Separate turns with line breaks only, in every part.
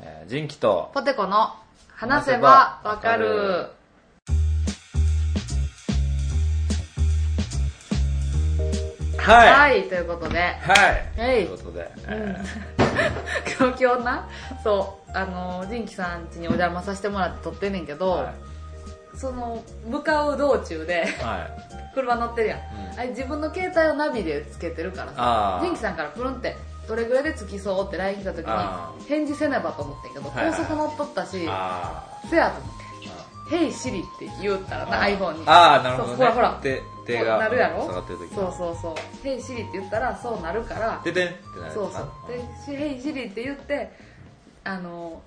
えー、人気と、
ポテコの話せばわか
話せば
る。
はい、は、
はいい、ということで、
は、
はいい
ということで、
う
え
ん今 日今日な、そう、あの、ジンキさん家にお邪魔させてもらって撮ってんねんけど、
ーは
その、向かう道中で、
い、はい、
車乗ってるやん。
うん
あれ自分の携帯をナビでつけてるから
あー
さジンキさんからプルンってどれぐらいでつきそうって LINE 来た時
あ
に返事せねばと思ってんけど
はいはい
高速乗っとったし
あ
せやと思って「ヘイシリ」って言うたら
ー
な iPhone に
あー、なるほど、ね。
そうほらほら
手、
そ
手
う
が、
なるやろ
下がってる時
そうそうそう「ヘイシリ」って言ったらそうなるから
ででんってなるやつ
そう
か
そうで「ヘイシリ」って言ってあの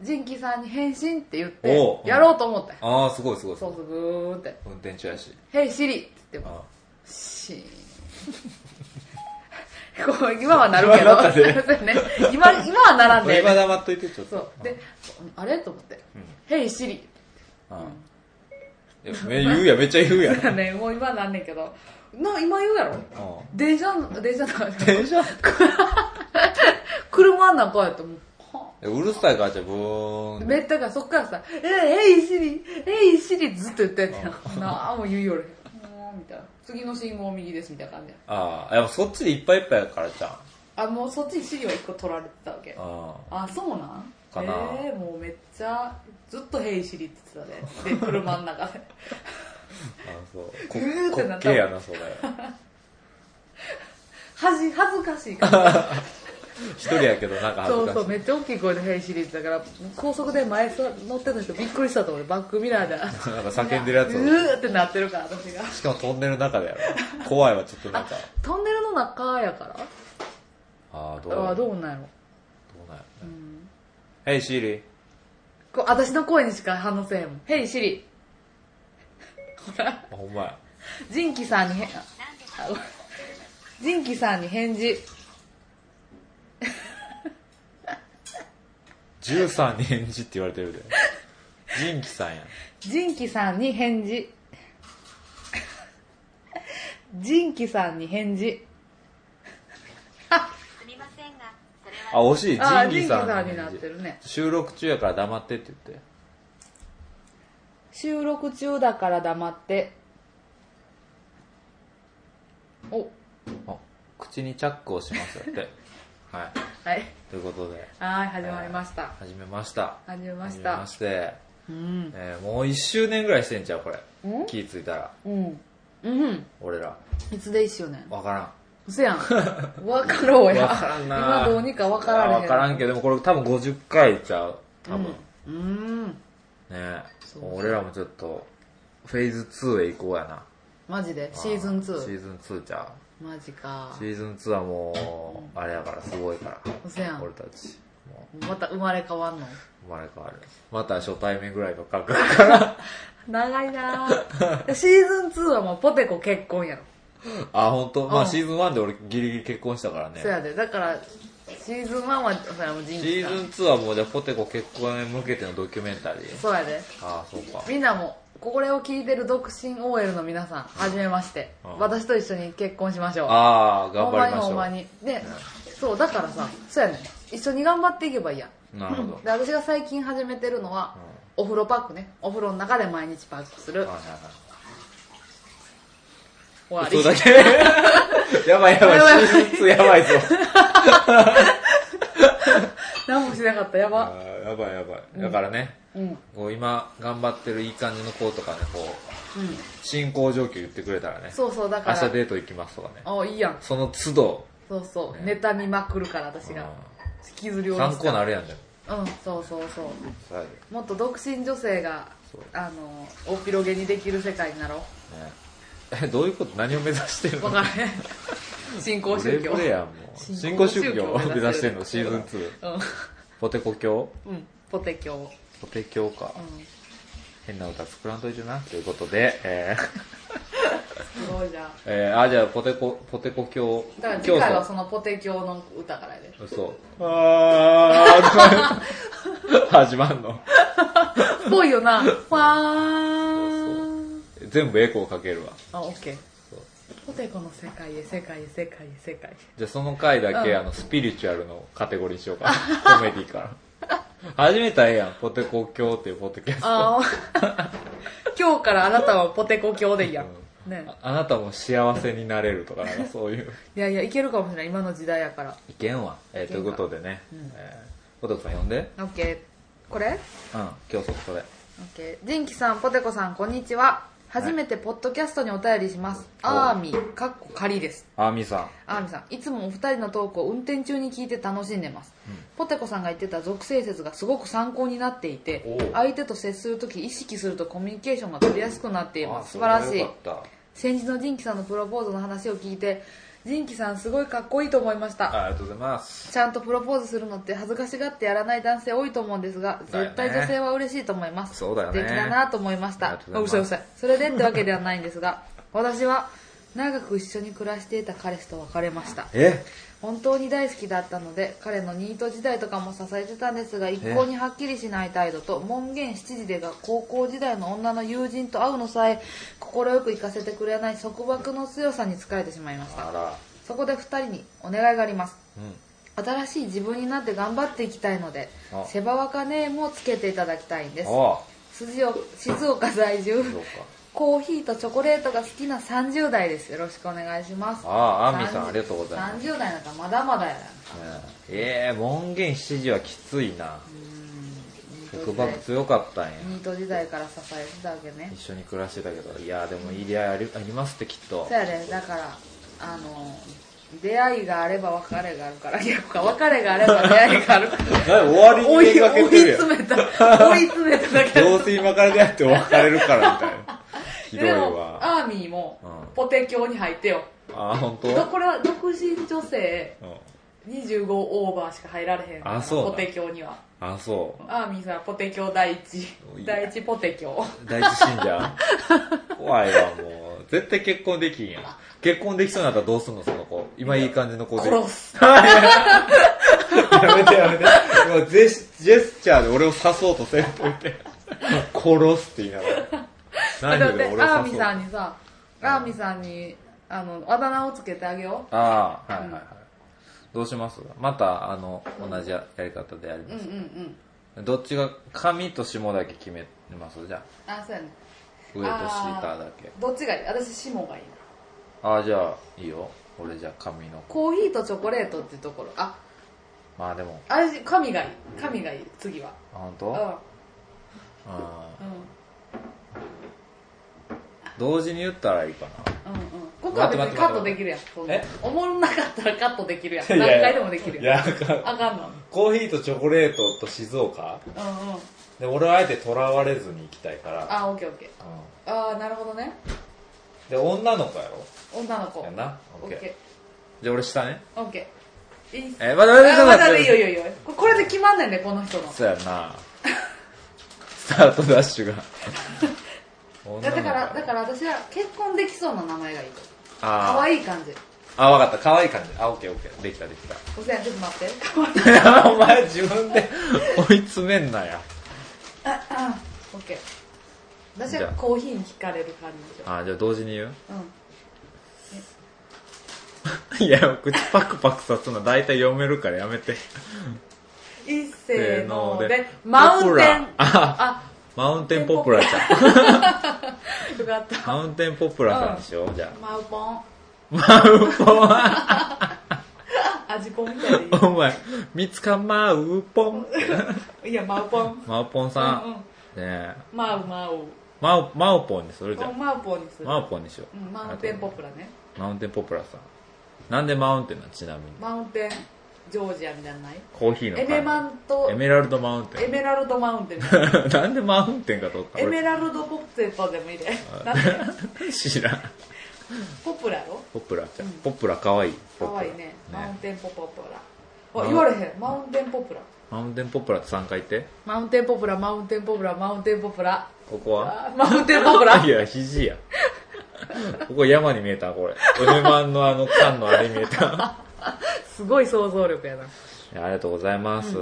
ジンキさんに「返信」って言っ
お
て
う
やろうと思ったんや
ああ、すごいすごい。
そうそうブーって
運転中やし。
「ヘイシリ」って言っても
あ
シーン こう今はなるけど
今なったね
そうやね 今今はならん
ー
で、
今黙っといて、ちょっと。
そうであれと思って
うん
「ヘイシリ
あーいやめ言うやん、めっちゃ言う」 やん。うん
だねもう今はなんねんけどな今言うやろ電車の電車の
電車
車の中やと思うは
うるさいからじゃあブーンっ
あ
て
めっちゃからそっからさ「えヘイシリヘイシリ」ずっと言ってんねんなあもう言うよるもうみたいな次の信号右ですみたいな感じや
ああ、でもそっちでいっぱいいっぱいやからじゃん。
あもうそっちにシリは一個取られてたわけ
あ
あそうなん
かな
えー、もうめっちゃずっと「ヘイシリ」って言ってた ねで車の中
あ、
で
そう。こ
うーってな
滑
った
稽やな、それ。
恥ず 恥ずかしいから
一人やけど、なんか恥
そ
ず
う
かしい。
そうめっちゃ大きい声で「ヘイシリ」って言ったから高速で前座乗ってた人びっくりしたと思うバックミラーで
なんか叫んでるやつを
うーってなってるから私が
しかもトンネルの中でやろ。怖いわ、ちょっとなんか。
トンネルの中やから
ああ、どう
あー
どう
どうな
な
んやろ
んやろね。ヘイシーリー。
こう私の声にしか反応せえへんもん「ヘイシリ」ほら
あ、ほんまや。
ジンキさんにへああごめんジンキさんに返事
13に返事って言われてるで。ジンキさんやん。
ジンキさんに返事。ジンキさんに返事。
すみませんが、それ
あ、
は
惜しい。ジン
あージ
キ
ンキ
さん
さん
の
にな
返
っ
事。
てるね。
収録中やから黙ってって言って。
収録中だから黙って。お、は
あ口にチャックをしますって。 はい。
い。
ということで、
はい、始まりました。
始めました。
始めまし
初め
た
ま。して。
うん。
えーもう1周年ぐらいしてんちゃうこれ
ん
気ぃついたら
うん。うん。
俺ら
いつで一周年
分か
嘘やん。わかろう
らん
や。
分からんな
今どうにかわかられへん。
分からんけ
ど。
どでもこれ多分50回ちゃう多分、
うん。
ね
そうそう
俺らもちょっとフェーズ2へ行こうやな
マジでシーズン
シ
2?
ーズン2ちゃ
マジか
うシ。ーズン2はもうあれやからすごいから
嘘やん
俺たちも
また生まれ変わんの
う生まれ変わるまた初対面ぐらいの感覚から
長いなぁ シーズン2はもうポテコ結婚やろ、
あ本当ま
う
あ
ん
シーズン1で俺ギリギリ結婚したからね
そやでだからシーズン1はそれも人
シ
気
ー
さ
ズン2はもうじゃあポテコ結婚へ向けてのドキュメンタリー
そうやで
ああそうか
みんなもこれを聞いてる独身 OL の皆さんはじめまして、
うん
私と一緒に結婚しましょう
ああ頑張りましょう
ほんまにほんまにで、そうだからさそうやねん一緒に頑張っていけばいいやん
なるほど、
で私が最近始めてるのは、お風呂パックねお風呂の中で毎日パックする
はい
終
はいは
わ
い
り
嘘だけ やばいやばい
やばいやばい
シーズン2や ばいぞ
何もしなかったや
あ
ば
ーやばいやばいだからね、
うん
こう今頑張ってるいい感じの子とかねこう
うん
進行状況言ってくれたらね
そうそうだか
明
ら
日デート行きますとかね
あいいやん
その都度
そうそう、
ね
妬みまくるから私が引きずり
うん
下ろ
参
す
考に
か
な
ら
るやんじゃん
うんそうそうそう
そうやで
もっと独身女性が
そう
あのお広げにできる世界になろ
ねえどういうこと何を目指してる
うわ
の
か らへん新興
ブレ
宗
ブ
教
レやんもう新興宗教を目指してんのシーズン2ポテコ教
うん、うん、ポテ教
ポテ教か、
うん
変な歌作らんといてなということでえー
すごいじゃん
えーあじゃあポテコポテコ教
だから
教
次回はそのポテ教の歌からや で
祖嘘あ ー始まんの
っぽいよなファーン
全部エコーかけるわ
あオッケー
そう
ポテコの世界へ世界へ世界へ世界へ
じゃあその回だけ、
うん
あのスピリチュアルのカテゴリーにしようかなコメディから始めたらええやん。ポテコ教っていうポッドキャスト。
あ あ、今日からあなたはポテコ教でいいやん。ね
ああなたも幸せになれるとか、なんかそう いう。
いやいや、いけるかもしれない。今の時代やから。
いけんわ。えーということでね
うん。
えーポテコさん呼んで。うん。
オッケー。これ
今日そこで。
オッケー。ジンキさん、ポテコさん、こんにちは。初めてポッドキャストにお便りします。
はい
アーミー、かっこ仮です。
あみさん。
アーミーさん、いつもお二人のトークを運転中に聞いて楽しんでます。ポテコさんが言ってた属性説がすごく参考になっていて
おう、
相手と接するとき意識するとコミュニケーションが取りやすくなっています。素晴ら
あ
し
それ
い
はよ。かっ
先日のジンキさんのプロポーズの話を聞いて、ジンキさんすごいかっこいいと思いました。
た。ありがとうございます。
ちゃんとプロポーズするのって恥ずかしがってやらない男性多いと思うんですが、
だよね
絶対女性は嬉しいと思います。
そうだよね
素敵だなと思いまし
あ
た。
りが
あ
と
う
うござ
るさ
いま
い
す
うるさい。それでってわけではないんですが、私は長く一緒に暮らしていた彼氏と別れました。
え
本当に大好きだったので彼のニート時代とかも支えてたんですが一向にはっきりしない態度と門限7時でが高校時代の女の友人と会うのさえ快く行かせてくれない束縛の強さに疲れてしまいました
あら。
そこで2人にお願いがあります
うん。
新しい自分になって頑張っていきたいので
あ
セバワカネームをつけていただきたいんです
ああ。
辻を静岡在住
そうか。
コーヒーとチョコレートが好きな30代ですよろしくお願いします
ああ、あみさん、ありがとうございます。
30代なんかまだまだやな
ええー、門限7時はきついな。束縛強かったんや。
ニート時代から支えてたわけね
一緒に暮らしてたけど、いやーでもいい出会いありありますってきっと
そう。やでだからあの出会いがあれば別れがあるから逆か別れがあれば出会いがあるから
終わり
追い
か
追
け
い
てる
詰めた追い詰めただけ
やん。どうせ今から出会って別れるからみたいな。ひどい
でも
わ。
アーミーも
うん
ポテ教に入ってよ
あ、本当？
どこれは独身女性
うん
25オーバーしか入られへんから
あそうなん
ポテ教には
あ、そ
アーミーさんポテ教第一
おい
第一ポテ教
う。第一信 者怖いわ、もう。絶対結婚できんやん。結婚できそうになったらどうすんの、その子。今いい感じの子で。
殺す
やめてやめて。もうジェスジェスチャーで俺を刺そうとせんといて。殺すって言いながら。
だ
ナ
っ
イフで
て
俺を
アー
刺
ミ
そう。
さんにさアーミさんにあのあだ名をつけてあげよ
ああ、はいはいはい。どうしますまた、あの、同じやり方でやり
うう
ま
んうんうん
す。どっちが、上と下だけ決めますじゃあ。
あそうやね
上と下だけ。
どっちがいい私シモがいいな
ああ、じゃあ、いいよ。俺じゃあ上の。
コーヒーとチョコレートってところあ
まあでも、
あれ神がいい神がいい次は
あ本
うん
当あ
うん
ー同時に言ったらいいかな。
うんうんここは別
待っ
に
て待って
カットできるやんそんな
え
おもろなかったらカットできるやん
い
何
やいや
回でもできる
い
やん
や、あかん
あかんの
コーヒーとチョコレートと静岡
うんうん
で、俺はあえて囚われずに行きたいから。
あオッケーオッケー
うん
ああなるほどね
で、女の子やろ
女の子
や
オ
な。オッ
ッ
ケー。
ケ
じゃあ俺下ね。
ーオッケーいいっす
え、まだまだ
あ
ま
ま
だ
だいいよいいよいいよここれで決まんねんねこの人の
そうやなスタートダッシュが
だからだからら私は結婚できそうな名前がいい
あ
可
い
愛い感じ
あ分かった可愛い感じあオッケーオッケーできたでき
ごめんちょっと待って可愛い
たお前自分で追い詰めんなや
オッケー私
じゃ
は
あ
コーヒーに惹かれる感じでしょ
あじゃあ同時に言う
う
いや口パクパクさすの大体読めるからやめて
ん一せーの
せーの
で
で
マウンテン
ポプラあ
あ
マウンテンポプラちゃん
よかった
マウンテンポプラさんにしようじゃ
マウポン
あマウ ポン
味ポンみたいでい
お前みつかマウポン
いいやマウポン
マウポン
うんう
さん、
ん
ねえ
マウマウ
マウマウポンにするじゃん
マウポンにする
マウポンにしよう、
うんマウンテンポプラね
マウンテンポプラさんなんでマウンテンなのちなみに
マウンテンジョージアみたいなのない
コーヒーの
エメマント
エメラルドマウン
エ
テ
メラルドマウンテンみたいな
ン なんでマウンテンか取った
エメ
俺
ラルドポプテトでもいいで。なんで
知らん
ポプラやろ
ポプラちゃん、
うん
ポプラかわいいポ
か
プラ
わいいね。マウンテンポポプラ。
マウ
あ、
ン
言われへん。マウンテンポプラ。
マウンテンポプラって3回言って
マウンテンポプラ、マウンテンポプラ、マウンテンポプラ。
ここは
あマウンテンポプラ
い。や肘やここ山に見えたこれエメマンのあの缶のあれ見え た
すごい想像力やな。
いやありがとうございます、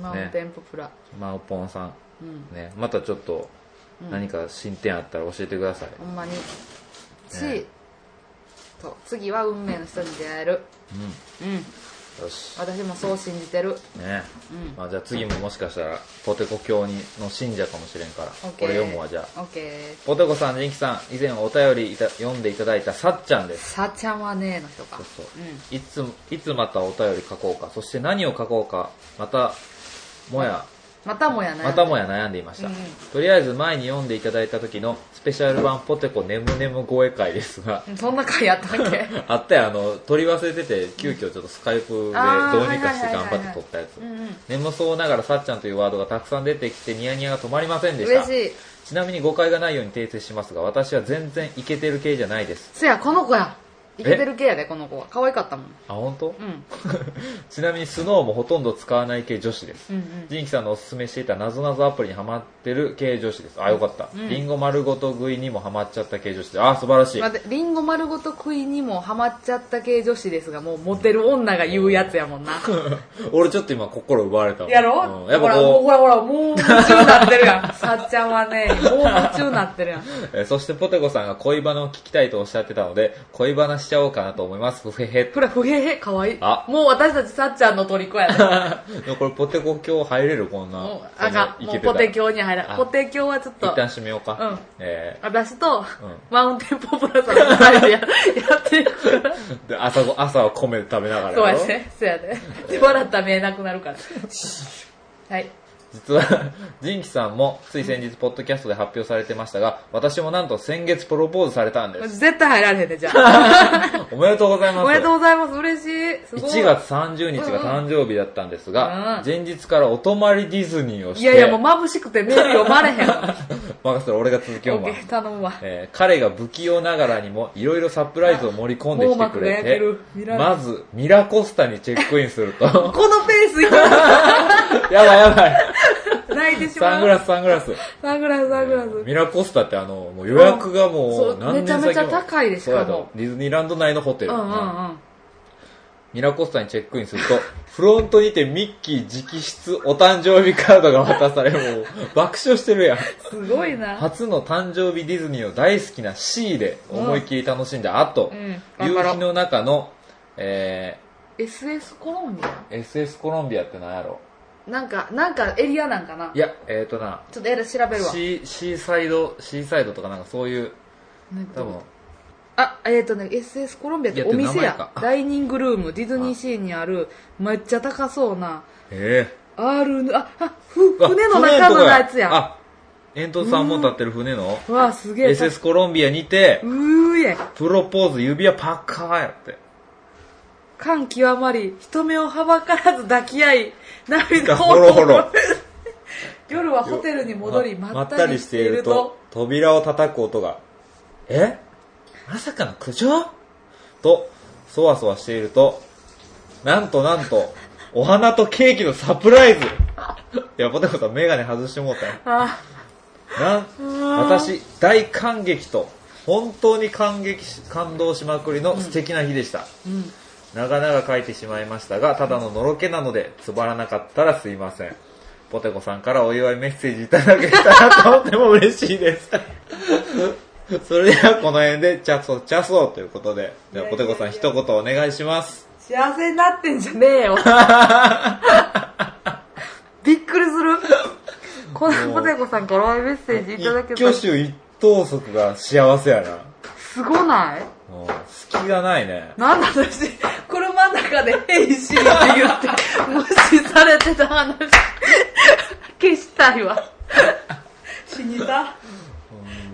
マウンテ
ね
ンポプラ。
マウポンさん
うん。
ねまたちょっと何か進展あったら教えてください、
ほんまに。
ね
C。と、次は運命の人に出会える。
うん
うん。
よし
私もそう信じてる
ね、
うん
まあじゃあ次ももしかしたらポテコ教にの信者かもしれんから
OK
これ読むわじゃあ
OK です
ポテコさんジンキさん以前お便りいた読んでいただいたさっちゃんです
さっちゃんはねえの人か
そうそう
うん
いついつまたお便り書こうかそして何を書こうかまたもや
またもやな
またもや悩んでいました、
うん
とりあえず前に読んでいただいた時のスペシャル版ポテコネムネム声会ですが
そんな回やったっ け
あったよあの取り忘れてて急遽ちょっとスカイプでどうに
あー
かして頑張って撮ったやつ
うんうん
眠そうながらさっちゃんというワードがたくさん出てきてニヤニヤが止まりませんでした
嬉しい
ちなみに誤解がないように訂正しますが私は全然イケてる系じゃないです
そやこの子やイケてる系やでこの子は可愛かったもん
あ本当、
うん
ちなみにスノーもほとんど使わない系女子です、
うんうん
ジンキさんのおすすめしていたなぞなぞアプリにハマってる系女子ですあよかった、
うん
リンゴ丸ごと食いにもハマっちゃった系女子であ素晴らしい
待ってリンゴ丸ごと食いにもハマっちゃった系女子ですがもうモテる女が言うやつやも んな
俺ちょっと今心奪われたわ
やろ、
うんやっぱ
ほらも
こ
うほらほらもう夢中になってるやんさっちゃんはねもう夢中になってるやん
う、 えーそしてポテコさんが恋バナを聞きたいとおっしゃってたので恋バナしちゃおうかなと思いますふへへ
ほら不平平かわいい
あ
もう私たちさっちゃんの 虜やで、ね、
でもこれポテコ教入れるこんな
もう
こん
あ
な
かん
イ
も
ケ
う
てた
ポ
ら
テ教に入ら
あ
んポテ教はちょっ
一
と
旦締めようか、
うん
え
私と、
ん
マウンテンポプラザの2人でややっていくから
ーで朝ご朝は米食べながら
そう
や
や
ろ
ね。そうやね。で、笑ったら見えなくなるから。はい。
実はジンキさんもつい先日ポッドキャストで発表されてましたが私もなんと先月プロポーズされたんです
絶対入られへんね、じゃあ。
おめでとうございます
おめでとうございます。嬉しい。すごい。
1月30日が誕生日だったんですが、
うん
前日からお泊まりディズニーをして
いやいや、もう眩しくてメール読まれへんわ。
任せたら俺が続きを
オッ
ま
ケ
す
ー、頼むわ。
えー彼が不器用ながらにもいろいろサプライズを盛り込んできてくれ
網膜が焼け
て
る見られる
まずミラコスタにチェックインすると
このペースいか
やばいやばい
ない泣いてしまう。
サングラスサングラス
サングラス。サングラス、
ミラコスタってあのもう予約がも
そうう
何年先も
めちゃめちゃ高いです
そうや
しか
と
も
ディズニーランド内のホテル、
うんうんうん。
ミラコスタにチェックインするとフロントにてミッキー直筆お誕生日カードが渡されもう爆笑してるやん
すごいな。
初の誕生日ディズニーを大好きな C で思いっきり楽しんだ後、
うん
夕
頑張ろ
日
う
の中の、え
SS コロンビア
ー、SS コロンビアって何やろ
なんか、なんかエリアなんかない
やえっ、ー、とな
ちょっとエリア調べるわ。
シーシーサイドシーサイドとかなんかそういう
なんか
多分
あ、えっ、とね、SS コロンビアってお店
いやって名前
や
か。
ダイニングルーム、ディズニーシーにある、めっちゃ高そうな、
ええ
R、あ、あ、ふ、
あ
船の中のやつ
船のとこ
や。
あ煙突三本立ってる船の
わあ、すげえ。
SS コロンビアにて
うーえ。
プロポーズ指輪パッカーやって
感極まり、人目をはばからず抱き合い、涙を
ほろほろ
夜はホテルに戻り、
ま
まったりしていると、
扉を叩く音がえまさかの苦情とそわそわしているとなんとなんとお花とケーキのサプライズいやポテコさんメガネ外してもうたよ
あ、
な私大感激と本当に感激し感動しまくりの素敵な日でした、
うん。
長々書いてしまいましたがただののろけなのでつばらなかったらすいませんポテコさんからお祝いメッセージいただけたらとっても嬉しいです それではこの辺でチャソチャソということでじゃあポテコさん一言お願いします
幸せになってんじゃね えよ。びっくりする。このポテコさんからメッセージい
一
ただけたら
挙手一投足が幸せやな
すごない
もう隙がないね
なんだ私、車の中でヘイシーって言って、無視されてた話、消したいわ。死にた。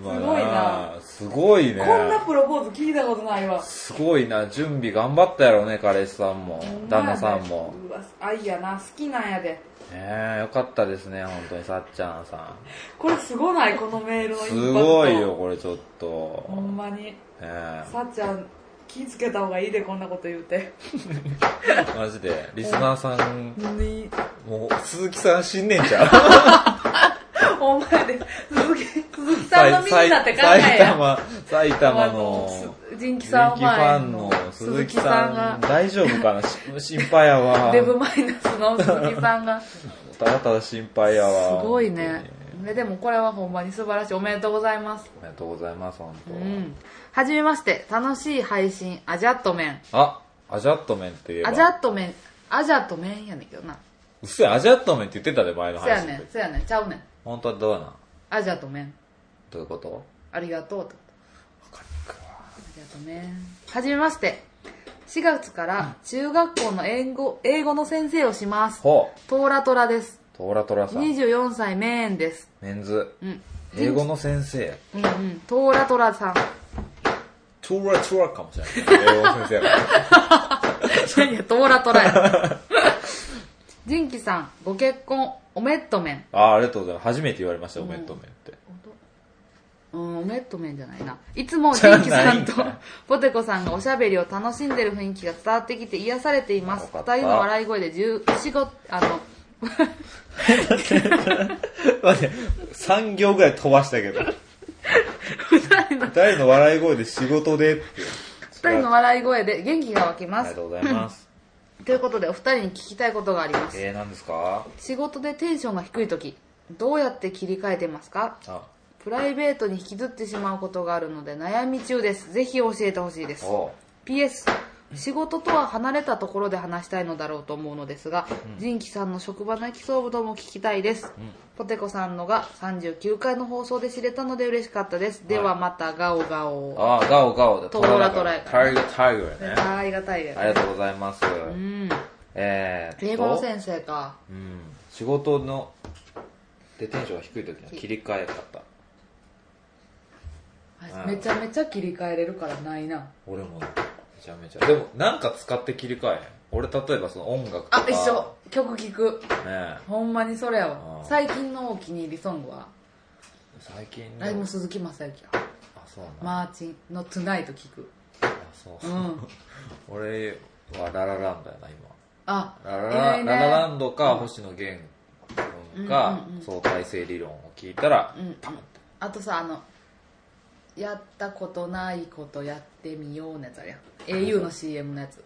す
すごいな
すごいね
こんなプロポーズ聞いたことないわ。
すごいな準備頑張ったやろうね彼氏さんも旦那さんも。
うわ、愛やな、好きなんやで。
ねえよかったですね本当にさっちゃんさ
これすごないこのメール
ん
のインパクト
すごいよ。これちょっと
ほんまに。
ねえ
さっちゃん、気ぃつけた方がいいで、こんなこと言うて。
マジでリスナーさん
に
もう鈴木さん死んねん ちゃう
お前で鈴木鈴木さんの身になって考え
埼
や
玉埼玉
あ
の
す人気
人気フ
さん
ァ
前
ン
の
の
鈴
鈴
木
木
さ
さ
ん
ん
が
大丈夫かなし心配やわ
デブマイナスの鈴木さんがす
ただただ心配やわ
ごい
本
ね
当に
ねでもこれはほんまに素晴らしいおめでとうございます
おめでとうございます本当、
うんはじめまして楽しい配信アジャットメン
あアジャットメンって言えば
アジャットメンアジャと麺やねんけどな
うっせえ、アジャット麺って言ってたで、前の
そや
話
ね
の
ん
時。
そやねんちゃうねん
本当はどうなん
アジャと麺
どういうこと
ありがとうってことありがとうねはじめまして4月から中学校の英語英語の先生をします
ほ
トーラトラです
う、トーラトラさん、
24歳メーンです
メンズ、
うん
英語の先生や。
うんうんトーラトラさん
トーラトラかもしれない。英語の先生やから。
いやいやトーラトラやジンキさんご結婚おめっとめん
あー、ありがとうございます。初めて言われました、お弁当麺って。
うん、おめっとめんじゃないな。いつもジンキさんと
じゃないんだ
ポテコさんがおしゃべりを楽しんでる雰囲気が伝わってきて癒されています
よ。かった
二人の笑い声で十四五、あの、
待って、3行ぐらい飛ばしたけど。誰の笑い声で仕事でって。
二人の笑い声で元気が湧き
あ
ま
りが
す
と。うございます。
ということでお二人に聞きたいことがあります。
えー、何ですか
仕事でテンションが低い時、どうやって切り替えてますか
あ、
プライベートに引きずってしまうことがあるので悩み中です。ぜひ教えてほしいです。
おう
PS 仕事とは離れたところで話したいのだろうと思うのですが、仁キさんの職場のエピソードも聞きたいです、ポテコさんのが39回の放送で知れたので嬉しかったです、ではまたガオガオ
あー、ガオガオだ。
トーラトラ
だからタイガー、タイガーやね。
ありがたいです
ありがとうございます。
うん
えーっと
英語の先生か
うん、仕事のでテンションが低い時の切り替え方うん
めちゃめちゃ切り替えれるからないな
俺もめちゃめちゃでもなんか使って切り替えへん俺例えばその音楽とか
あ一緒曲聴く
ねえ
ほんまにそれやわ
うん
最近のお気に入りソングは
最近
あれ
の
も鈴木雅之や
あそうなん
マーチンの「TONIGHT」聴く
あそう、
うん
俺はララランドやな今
あ
ラララ,、
偉いね
ララランドか星野源君が
うんうんうん
相対性理論を聞いたら、
うん
パンって
あとさあのやったことないことやってみようのやつあるやん au の CM のやつ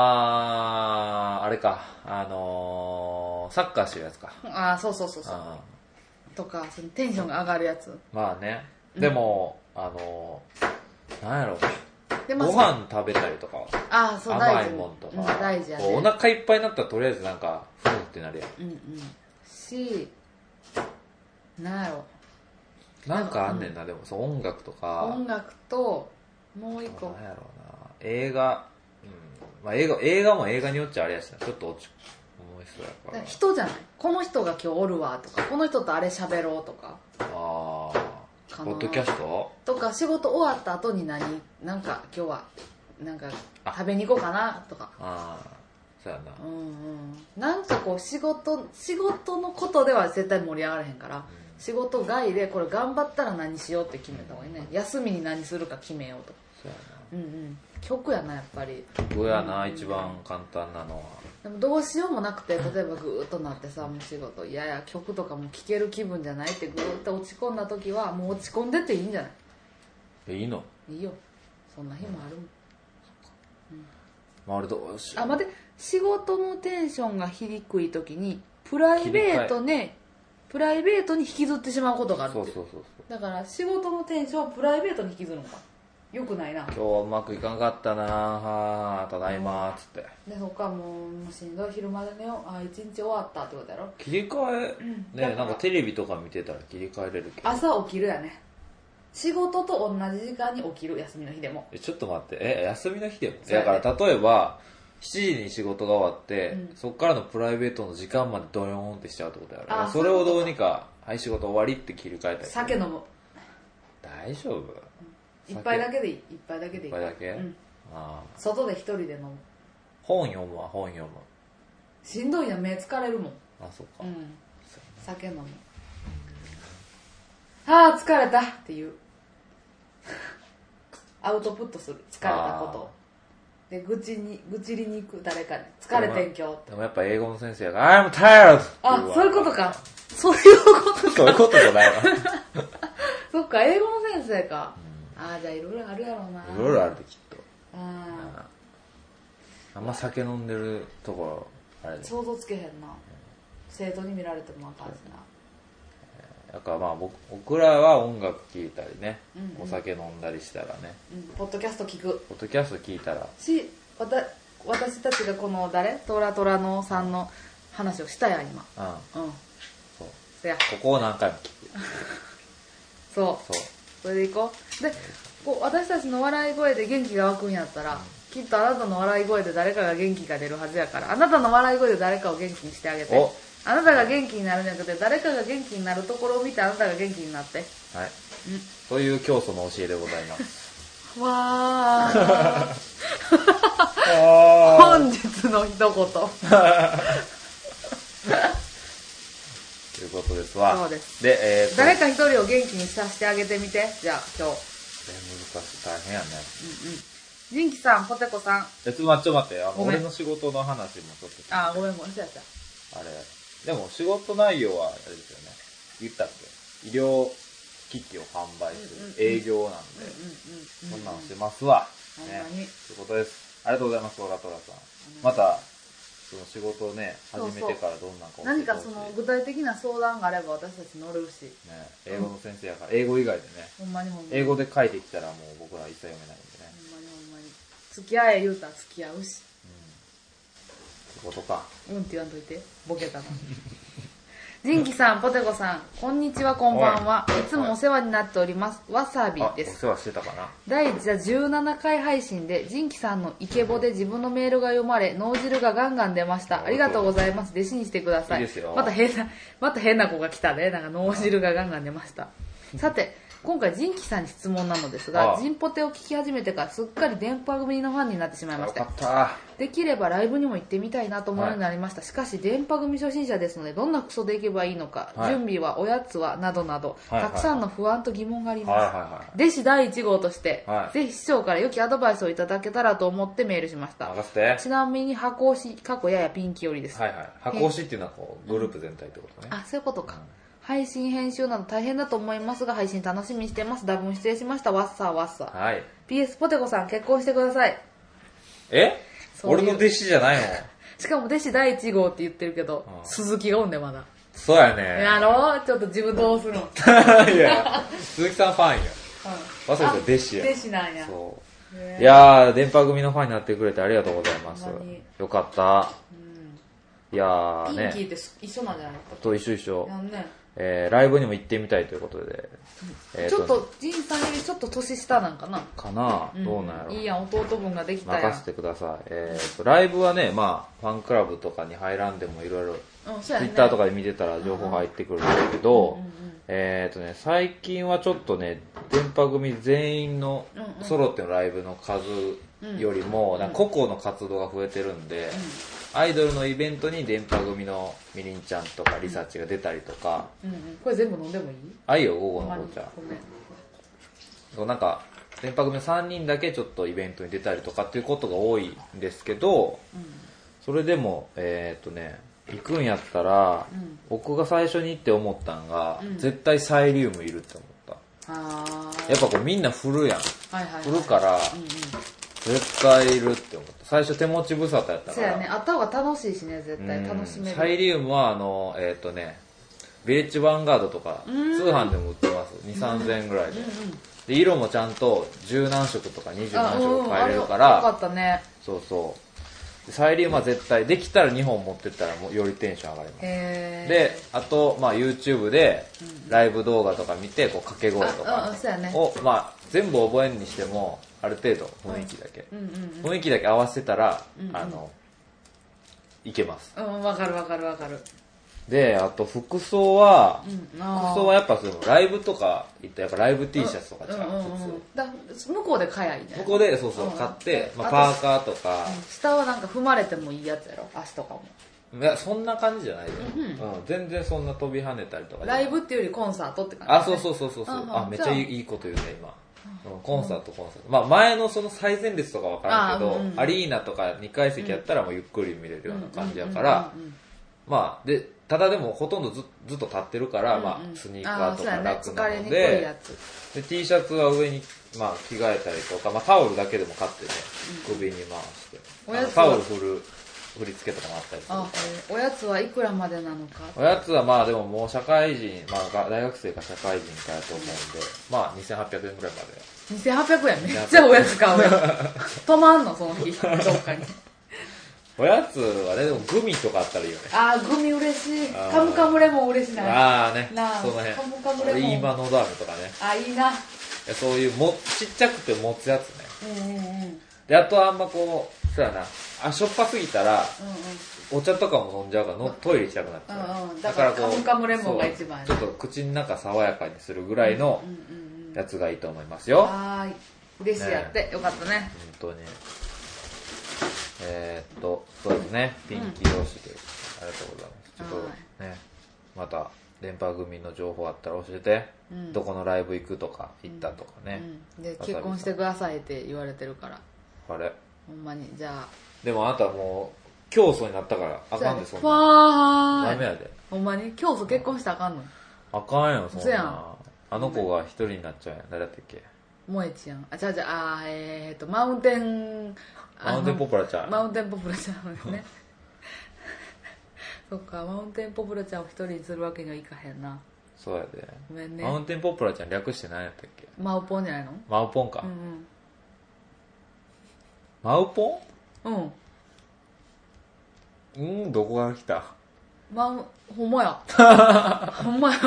あーあれかあのー、サッカーしてるやつか
ああそうそうそうそう
あー
とかそのテンションが上がるやつ
まあね。でも、あの、なんやろ、
で
ご飯食べたりとか、
ああそう
甘い
大事
もんと
うん
か、
大事や
こうお
ね
腹いっぱいになったらとりあえずなんか、ふんってなるや
うんうんしなんやろ
ん。なんかあんねんな、でもそう音楽とか、
音楽ともう一個
なんやろうな、映画、うん、まあ映画、映画も映画によっちゃあれやしな、ちょっと落ち、思いそうやか
だからら。人じゃないこの人が今日おるわとかこの人とあれ喋ろうとか
あ
か
ー、
な
ポッドキャスト
とか仕事終わった後に何なんか今日はなんか
あ
食べに行こうかなとか
あー、そうやな。
うんうんなんかこう仕事仕事のことでは絶対盛り上がらへんから、仕事外でこれ頑張ったら何しようって決めた方がいいね休みに何するか決めようとか
そうや
うんうん曲やなやっぱり
な。どうやな、一番簡単なのは。
でもどうしようもなくて例えばグーッとなってさもう仕事いやいや曲とかも聴ける気分じゃないってグーッと落ち込んだ時はもう落ち込んでていいんじゃな
え、いいの
いいいよそんな日もあるもん
まあ俺どうしよ
あ
う。
待って仕事のテンションが低い時にプライベートねプライベートに引きずってしまうことがあるって
そ
いう
うそうそうそう。
だから仕事のテンションをプライベートに引きずるのかよくないな
今日はうまくいかんかったなはあただいまーっつって
でそっからもうもうしんどい昼まで寝ようあ一日終わったってことやろ
切り替え
だか
ね
ら
なんかテレビとか見てたら切り替えれるけど
朝起きるやね仕事と同じ時間に起きる休みの日でも
えちょっと待ってえ休みの日でも
そうや
だ
ね
から例えば7時に仕事が終わって、
うん
そっからのプライベートの時間までドヨーンってしちゃうってことやろ
あー
それを
そう
ど
いうことか
うにかはい仕事終わりって切り替えたり
酒飲む
大丈夫
一杯だけでいい一杯だけでいい
一杯だけ
うん、
あー
外で一人で飲む
本読むわ本読む
しんどいやん目疲れるもん
あそっか、
うん酒飲むああ疲れたっていう アウトプットする疲れたことをで愚痴に愚痴りに行く誰かに疲れてん今日
でもやっぱ英語の先生が「I'm tired!」って言う
あ
わ
そういうことかそういうことか
そういうことじゃないわ
そっか英語の先生か、ああじゃあいろいろあるやろうない
ろいろあるできっと
あ
あんま酒飲んでるところあれ
ー
で
想像つけへんな生徒に見られてもあかんしな
だからまあ僕僕らは音楽聴いたりね、
うんうん
お酒飲んだりしたらね
うんポッドキャスト聞く
ポッドキャスト聴いたら
しわた私たちがこの誰トラトラのさんの話をしたやん今
うん
うん
そう
そや
ここを何回も聞く
そう
そう
それでいこうでこう私たちの笑い声で元気が湧くんやったらきっとあなたの笑い声で誰かが元気が出るはずやからあなたの笑い声で誰かを元気にしてあげて
お
あなたが元気になるんじゃなくて誰かが元気になるところを見てあなたが元気になって
はいという教祖の教えでございます
わあ
あ
本日の一言
と いうことですわ
そうです
でえーと
誰
こ
か一人を元気にさせてあげてみてじゃあ今
れ難
日
しい大変やね
ジンキさんポテコさん
えちょ待っと待ってあの
ごめん
俺の仕事の話もちょっと
あーごめんごめんそうやった
あれでも仕事内容はあれですよね言ったっけ医療機器を販売す
うんうんうん
る営業なんで、
うん
そ
うんん
なのしてますわ、
ほんまに
ねということですありがとうございますトラトラさんまたその仕事をね
そうそう
始めてからどんな顔
何かその具体的な相談があれば私たち乗れるし
ね、英語の先生やから、英語以外でね、
ほんまにほんまに
英語で書いてきたらもう僕ら一切読めないんでね
ほ。んまにほんまに付き合え言うたら付き合うし
ってことか。
うんって言わんといてボケ たのジンキさんポテコさんこんにちはこんばんは
おい
いつもお世話になっておりますわさび
あ、お
です
世話してたかな。
第17回配信でジンキさんのイケボで自分のメールが読まれ脳汁がガンガン出ましたありがとうございます弟子にしてください
いいですよ
また変なまた変な子が来たねなんか脳汁がガンガン出ましたさて今回ジンキさんに質問なのです
あ
が
あ
ジンポテを聞き始めてからすっかり電波組のファンになってしまいま
よ
し
か
た
った。
できればライブにも行ってみたいなと思うようになりました、しかし電波組初心者ですのでどんな服装で行けばいいのか、
はい
準備はおやつはなどなど、
はいはい
たくさんの不安と疑問があります、
はいは
弟子第1号として、
はい
ぜひ師匠から良きアドバイスをいただけたらと思ってメールしまし
いはい。
た
任せて。
ちなみに箱押し過去ややピンキよりです、
はいはい。箱押しっていうのはこう、グループ全体ってことね。
あそういうことか、配信編集など大変だと思いますが配信楽しみにしてます多分失礼しましたわっさわっさ
はい。
PS ポテコさん結婚してください
え
そういう
俺の弟子じゃないの
しかも弟子第1号って言ってるけど
ああ
鈴木がおんでまだ
そうやね。
やろうちょっと自分どうする の
いや、鈴木さんファンや。わさびさん弟子や
弟。子なんや
そう。
へえ
いやー、電波組のファンになってくれてありがとうございます
ほんまに。
よかった。
うん
いやー
ピンキー
ね。
って一緒なんじゃない
と一緒一緒
や。んね
えーライブにも行ってみたいということで、えー
ちょっと仁さんよりちょっと年下なんかな
かな、
ん
どうなんやろ
いいやん弟分ができたやん
任せてください、えー、とライブはね、まあ、ファンクラブとかに入らんでもいろいろ
うんそうやね
Twitter とかで見てたら情報入ってくるんだけど、えっ、とね最近はちょっとね電波組全員の
うんうん
ソロっていうライブの数よりも、なんか個々の活動が増えてるんで、アイドルのイベントに電波組のみりんちゃんとかリサチが出たりとか、
うんうんこれ全部飲んでもいい
あいよ午後
ほんま
の
に
紅茶
ごめん
そうなんか電波組の3人だけちょっとイベントに出たりとかっていうことが多いんですけど、それでもえーっとね行くんやったら、
ん
僕が最初にって思ったんが、
うん
絶対サイリウムいるって思った
あ
やっぱこうみんな振るやん
ぱはいはい
振るから
うんうん
絶対いるって思った最初手持ち無沙汰やった
そ
か
う
ら
やねあった方が楽しいしね絶対
うん
楽しめ
サイ
る
リウムはあのえーっとねビレッジヴァンガードとか通
ん
販でも売ってます2 3 0 0 0円ぐらいで,、で色もちゃんと十何色とか二十
あ
何
うんう
色
ん
変え
あ
れ
れ
る
よ
か、
からったね
そうそうでサイリウムは絶対できたら2本持ってったらもうよりテンション上がります
へえ
であと、まあ、YouTube でライブ動画とか見てこう掛け声と
あ
か
うんそうやね
を、まあ、全部覚えんにしてもある程度雰囲気だけ、
うんうん
雰囲気だけ合わせたら、
うんうん
あのいけます
うんうんわかるわかるわかる
であと服装は、
うん
服
服
装はやっぱそのライブとか行ったらやっぱライブ T シャツとかじゃん、普通
向こうで買やいいね
そこでそうそう
うん
買って、まあ、
あと
パーカーとか、
下はなんか踏まれてもいいやつやろ足とかも
いやそんな感じじゃないよ、
うん
うん全然そんな飛び跳ねたりとか
ライブっていうよりコンサートって感じ
あそうそうそうそうそう
うんうん
あめっちゃ
じゃあ
いいいいこと言うね今うんコンサートコンサートまあ前のその最前列とかわからんけど、
あうんうん
アリーナとか2階席やったらもうゆっくり見れるような感じやから、
うんうんうん
まあでただでもほとんどずずっと立ってるから、まあ、スニーカーとか楽なの
あーそうやね疲れにくい
で
やつ
で T シャツは上に、まあ、着替えたりとか、まあ、タオルだけでも買ってね首に回して、
お
あ
や
の
つは
タオル振る振り付けとかもあったりするから
あえーおやつはいくらまでなのか
おやつはまあでももう社会人、まあが大学生か社会人かやと思うんで、まあ2800円ぐらいま
2800円めっちゃおやつ買うやん止まんのその日どっかに
おやつはね、でもグミと かあったらいいよね。
あー、グミ嬉しい。
あー
カムカムレモン嬉しいな。あ
ああね
なあ、
その辺。
カムカムレモン
俺今のダームとかね。
ー、いいな。
いやそういうも、ちっちゃくて持つやつね。
うんうんうん。うんうん。
で、あとはあんまこう、そうやな。あ、しょっぱすぎたら、お茶とかも飲んじゃうから、のトイレ行きたくなっちゃう。
うんうんだからカムカムレモンが
そう
一番ね
ちょっと口の中爽やかにするぐらいの
うんうんうん。
やつがいいと思いますよ。
はーい。嬉しいやって、よかったね。
本当に。えー、っと、そうですね。ピンキー同士で、ありがとうございます。ちょっとね、また、連覇組の情報あったら教えて。
うん
どこのライブ行くとか、行ったとかね。
うん、で結婚してくださいって言われてるから
あれ。
ほんまにじゃあ
でもあなたもう、競争になったから、あかんで、そんな。
わ
ダ
ー
メ
い
やで。
ほんまに今日そ結婚したらあかんの
あかんよ、そん
嘘や。
なんあの子が一人になっちゃうやん。誰だったっけ
萌えちゃんあじゃあじゃああーえー、っとマウンテンあ
マ
の
ウンテンポプラちゃん。
マウンテンポプラちゃんですね そっかマウンテンポプラちゃんを一人にするわけにはいかへんな
そうやで。
ごめんね
マウンテンポプラちゃん略して何やったっけ
マウポンじゃないの
マウポンか
う。ん
マウポ
うんうん
ンうん、どこから来た
マウほん まやほんまや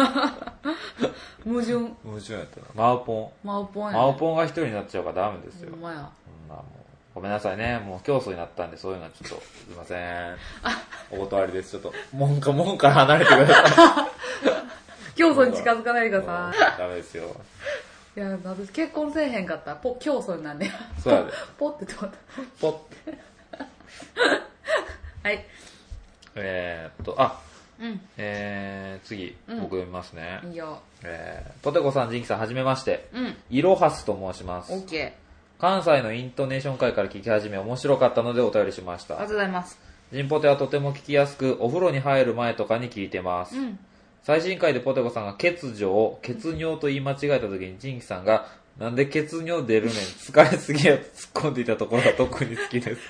矛盾
矛盾やったなマウポ
マウポン
ン
や、ね、
マウポンが一人になっちゃうからダメですよ、
ほん
ま
まや
あ、もうごめんなさいねもう競争になったんでそういうのはちょっとすいませんお断りですちょっと門か門から離れてくだ さい
競争に近づかないでください
うんダメですよ
いや、私結婚せえへんかったら、ポ、競争になんねや。
そうやで
ポって止まった。
ポッ
はい。
えー、っとあ
うん。
えー、次、
うん
僕読みますね、
いいよ。
えー、ポテコさんジンキさんはじめまして
うん。
いろはすと申します
オッケ
関西のイントネーション会から聞き始め面白かったのでお便りしまし
ー。ありが
た
とうございます。
ジンポテはとても聞きやすくお風呂に入る前とかに聞いてます、
うん。
最新回でポテコさんが欠如を血尿と言い間違えた時にジンキさんがなんで血尿出るねん疲れすぎやと突っ込んでいたところが特に好き です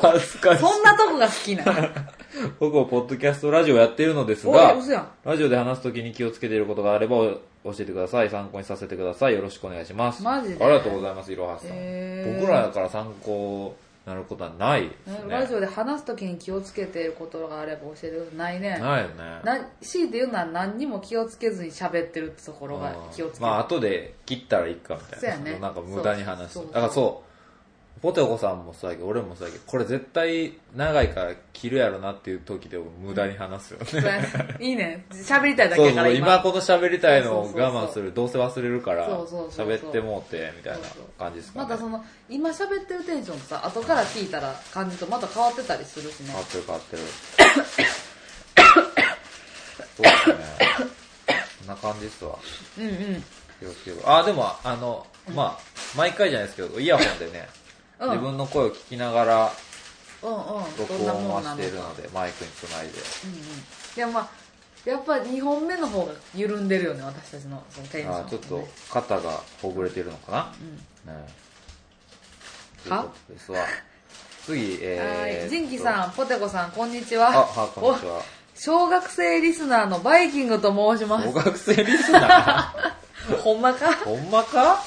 恥ずかしい
そんなとこが好きなの。
僕もポッドキャストラジオやっているのです
おい、
が
嘘やん。
ラジオで話す時に気をつけていることがあれば教えてください参考にさせてくださいよろしくお願いします
マジで
ありがとうございますいろはさん、
へー
僕らだから参考になることはないですね
ラジオで話すときに気をつけていることがあれば教えてください。ないね。
ないよね
な、強いて言うなら何にも気をつけずに喋ってるってところが気をつけて
まあ後で切ったらいいかみたいな
そうやね
なんか無駄に話す
そうそうそう
だからそうポテコさんもそうやけど俺もそうやけどこれ絶対長いから切るやろなっていう時でも無駄に話 すよね、
そうやねいいね。喋りたいだ
そ
け
う
やか
そ
ら
う今
今。
この喋りたいのを
そうそうそう
我慢するどうせ忘れるから
そうそうそうそう
喋ってもうてみたいな感じですか
ま
ね
たその、今喋ってるテンションとさ、後から聞いたら感じとまた変わってたりするしね
変。わってる変わってるそうですねこんな感じっすわ
うんうん。
気をつけろあでもあのまあ毎回じゃないですけどイヤホンでね、
うん
自分の声を聞きながら
うんうん。
録
どんな
音
も
は
んな
し
の
ている
か。
のでマイクにつないで
うんうんいやまあやっぱ2本目の方が緩んでるよね私たちのそのテンション、ね
あ、ちょっと肩がほぐれてるのかな、ねという
は
ことですわ次
は
え
い
ー、
ジンキさんポテコさんこんにち
あ
は
はこんにちは
お小学生リスナーのバイキングと申しま
小
す
学生リスナ
ほんまか
ー ほんまか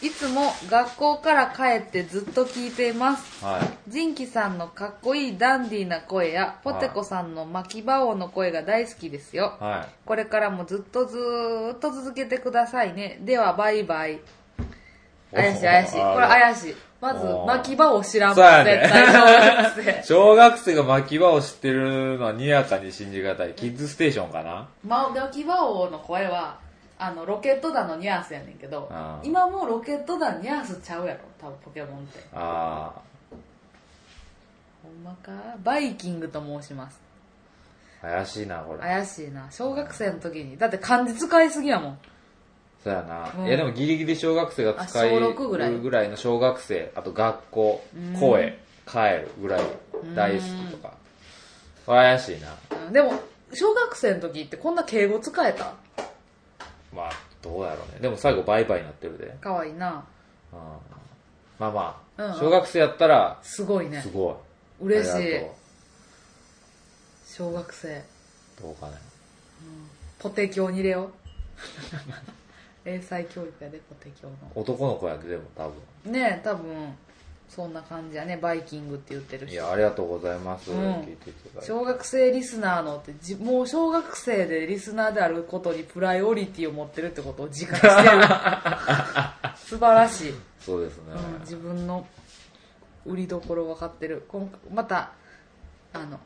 いつも学校から帰ってずっと聞いています
はい
ジンキさんのかっこいいダンディーな声やポテコさんの巻き場王の声が大好きですよ
はい
これからもずっとずーっと続けてくださいねではバイバイ怪しい怪しい。これ怪しい。まず
お、ー
巻き場を知らん
そうやね
絶対小学生。
小学生が巻き場を知ってるのはにやかに信じがたい。キッズステーションかな
ま、巻き場王の声は、あの、ロケット団のニャースやねんけど
あ、ー
今もうロケット団ニャースちゃうやろ、多分ポケモンって。
あ
ほんまかバイキングと申します。
あ、怪しいな、これ。
怪しいな。小学生の時に。だって漢字使いすぎやもん。
そうやな、
うん
いやでもギリギリ小学生が使
あ
え
小六ぐらい
るぐらいの小学生、あと学校、声、帰るぐらい、大好きとか。怪しいな。
うんでも、小学生の時ってこんな敬語使えた
まあ、どうやろうね。でも最後バイバイになってるで。うん、
かわいいな。
まあまあ、
うん
小学生やったら、
すごいね
す。ごい。
嬉し
あり
い
が。と
小学生。
うどうかね。
ポテ教に入れよう 英才教育やでポテ教の
男の子やで、でも多分。
ねえ多分そんな感じやねバイキングって言ってる
い
人
や、ありがとうございます。
うん
聞いていただいて。
小学生リスナーのってじもう小学生でリスナーであることにプライオリティを持ってるってことを自覚して る素晴らしい、
そうですね。
うん、自分の売りどころ分かってる今またあの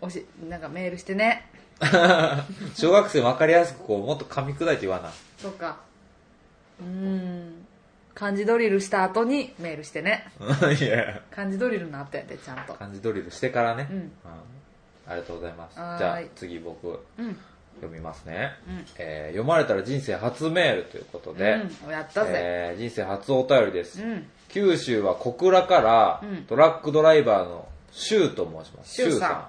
おしなんかメールしてね
小学生分かりやすく、こう、もっと噛み砕いて言わない。
とかうーん漢字ドリルした後にメールしてね
いや
漢字ドリルの後やでちゃんと
漢字ドリルしてからね、
うん
ありがとうございますじ
はーい
ゃあ次僕
うん
読みますね、
うん
えー読まれたら人生初メールということで、
うん、やったぜ、
えー人生初お便りです、
うん
九州は小倉から
うん
トラックドライバーの柊と申します
柊さん
柊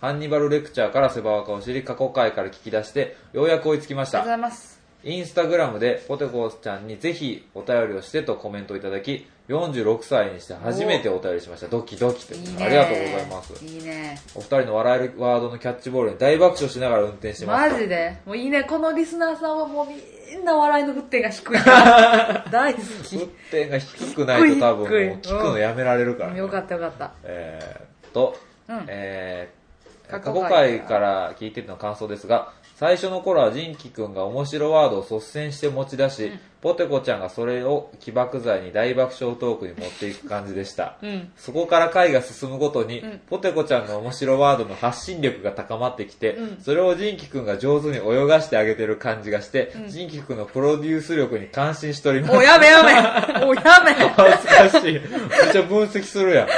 ハンニバルレクチャーからセバワカを知り過去回から聞き出してようやく追いつきまし
ありがとうご
た
ざいます
インスタグラムでポテコちゃんにぜひお便りをしてとコメントをいただき46歳にして初めてお便りしましたドキドキと
い
いう
い
こと
ね
でありがとうございます
いいね
お二人の笑えるワードのキャッチボールに大爆笑しながら運転してます。
マジでもういいねこのリスナーさんはもうみんな笑いの沸点が低い から大好き
運転が低くないと多分もう
低い低い
聞くのやめられるから、ね。
よかったよかった
えーっと、
うん
えー過
過去
去
回
回から聞いてての感想ですが、最初の頃はジンキ君が面白ワードを率先して持ち出し、ポテコちゃんがそれを起爆剤に大爆笑トークに持っていく感じでした。
うん
そこから回が進むごとに、
うん
ポテコちゃんの面白ワードの発信力が高まってきて、
うん
それをジンキ君が上手に泳がしてあげてる感じがして、
ん
ジンキ君のプロデュース力に感心しております。
おやめやめおやめ
恥ずかしい。めっちゃ分析するやん。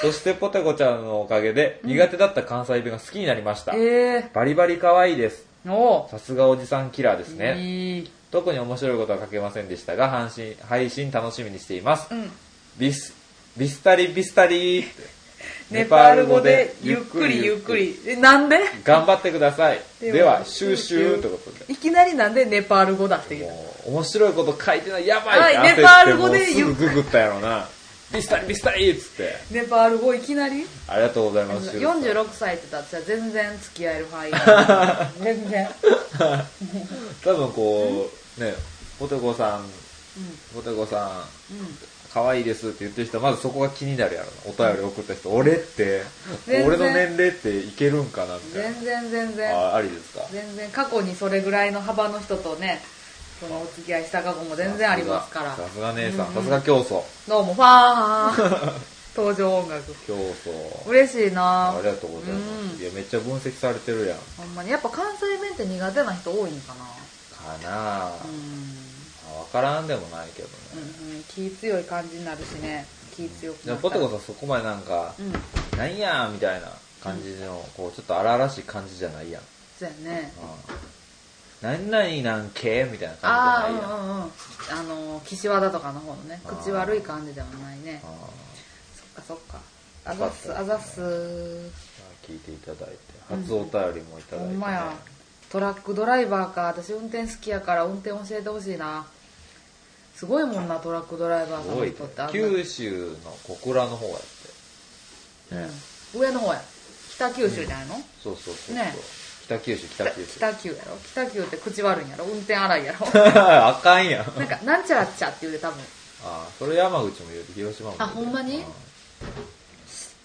そしてポテコちゃんのおかげで、苦手だった関西弁が好きになりま した。
え
バリバリ可愛いです。
ー、お
さすがおじさんキラーです
う、
ね。
いい
特に面白いことは書けませんでしたが、配信、配信楽しみにしています。
うん
ビス、ビスタリビスタリーって
ネパール語でゆっくりゆっく。りえなんで
頑張ってください。
では
では、シューシューってことで。
いきなりなんでネパール語だって言う
もう、面白いこと書いてない。やばいって
はいネパール語で
焦ってもうすぐググったやろな。ビスタリビスタリーっつって。
ネパール語いきなり
ありがとうございます。シュウさん
46歳って言ったら全然付き合える 範囲が全然
多分こう、ね、ポテコさん、ポテコさん、可愛いですって言ってる人は、まずそこが気になるやろな。お便り送った人、俺って、
全然
俺の年齢っていけるんかなみたい
全然全然
な。あ、ありですか。
全然過去にそれぐらいの幅の人とねそのお付き合いした過去も全然ありますから
さすが姉さん、さすが競争。
どうもフ ァー登場音楽
競争。
嬉しいな
ありがとうございます。いや、めっちゃ分析されてるやん。か
ほんまにやっぱ関西弁って苦手な人多いんかな
なぁ
うん、
あわからんでもないけど
う
ね。
んうん、気強い感じになるしね気強く
で
な
も、
っ
ポ
たら
テコさんそこまでなんか、
うん
なんやーみたいな感じの、こう、ちょっと荒々しい感じじゃないやん。
そうやね
何々なんけみたいな
ああ
感じ
うん
じゃないやん。
うんうんあの岸和田とかの方のね口悪い感じではないね
あ
そっかそっかあざっすあざっす
ー聞いていただいて、初お便りもいただい
ほ
て、
んまやトラックドライバーか私運転好きやから運転教えてほしいなすごいもんなトラックドライバー
す
さん
ごい
に
ね
とってあんな
九州の小倉の方やって。ね
うん上の方や北九州じゃないの、
そうそうそうそう。
ね
北九州、北
北
九州。
北九やろ北九って口悪いんやろ運転荒 いやろ
あかん やん。
なんかなんちゃらっちゃって言うで多分
あーそれ山口も言うて、広島も言うて
あほんまに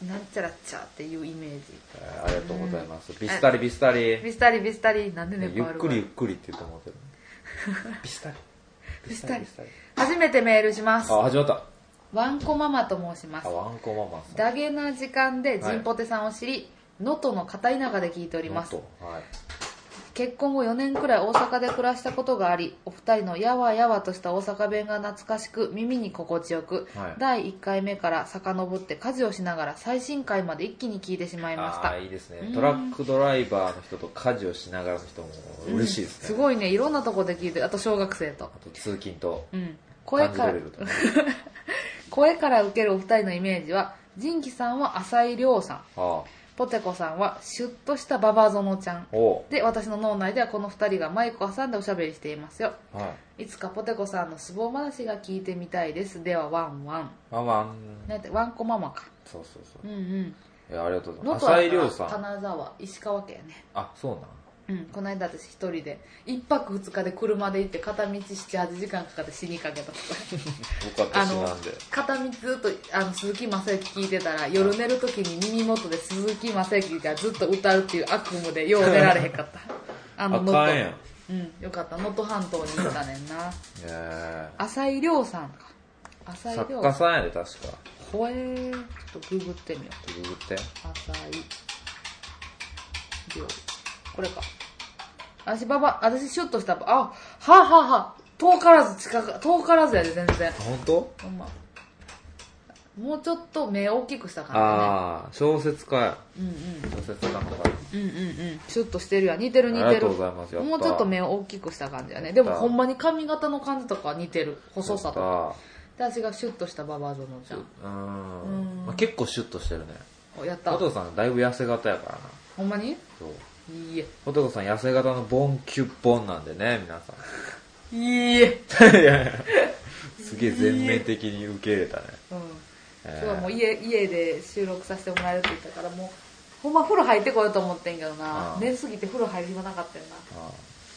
う
なんちゃらっちゃっていうイメージ
えーありがとうございます。ビスタリビスタリ。
ビスタリビスタリなんでネ
ね
パ
ゆっ
ール
く
語
りゆっくりって言うと思うけど。 ビスタリ。
ビスタリ
ビスタリ。
初めてメールします
あ、始まった。
ワンコママと申します
あ、ワンコママさん。
ダゲな時間でジンポテさんを知り能登、の片田舎で聞いております
もっとはい。
結婚後4年くらい大阪で暮らしたことがありお二人のやわやわとした大阪弁が懐かしく耳に心地よく、
はい
第1回目から遡って家事をしながら最新回まで一気に聞いてしまいまし
あ
た
ーいいですねトラックドライバーの人と家事をしながらの人も嬉しいですね、
すごいねいろんなとこで聞いてあと小学生と
あ、と通勤と
うん、声
感じ
か
取
ら
れると、
声から受けるお二人のイメージは仁キさんは浅井亮さん
あ
ポテコさんはシュッとしたババゾノちゃん
あお
で私の脳内ではこの2人がマイクを挟んでおしゃべりしていますよ
うはい
いつかポテコさんのすぼ話が聞いてみたいですではワンワン
まあまあうん
なんてワンコママか
そうそうそ
うんうん
ういやありがとうござい
能
ます
登
浅
や
井
ったら
亮さん
金沢石川県やね
あそうなん
うん、この間私一人で1泊2日で車で行って片道78時間かかって死にか けた
僕は
あ
年
の
なんで。
片道ずっとあの鈴木雅之聞いてたら夜寝る時に耳元で鈴木雅之がずっと歌うっていう悪夢でよう寝られへんかったあ
あ
の能
かんやん
登。うんよかった能登半島に行ったねんな
ね
浅井亮さんか浅
え
井
作
亮
家
さん
さんやで、確か。
ほえーちょっとググってみよう
ググって。
浅い量これか私ババ私シュッとしたばあはあ、はあはあ、遠からず近く遠からずやで全然
あ、本当？
ほんまもうちょっと目を大きくした感
ああ、小説家や。
じねうん
小説家の方が。
うんうんうんうんシュッとしてるやん似てる似
ありが
てる
とうございますやった
もうちょっと目を大きくした感じやねでも
やった
ほんまに髪型の感じとかは似てる細さとか
か。
で私がシュッとしたババアゾノちゃん
うん。
うん
まあ、結構シュッとしてるね。
おやった
お父さんだいぶ痩せ型やからな。
ほんまに
そう。
いいえ
お父さん痩せ型のボンキュッボンなんでね、皆さん。
いいえ
いやいや すげえ全面的に受け入れたね。
うん
え
今
ー
日はもう家家で収録させてもらえるって言ったからもうほんま風呂入ってこようと思ってんけど
あ
な
あ
寝すぎて風呂入る暇なかったよな
ああ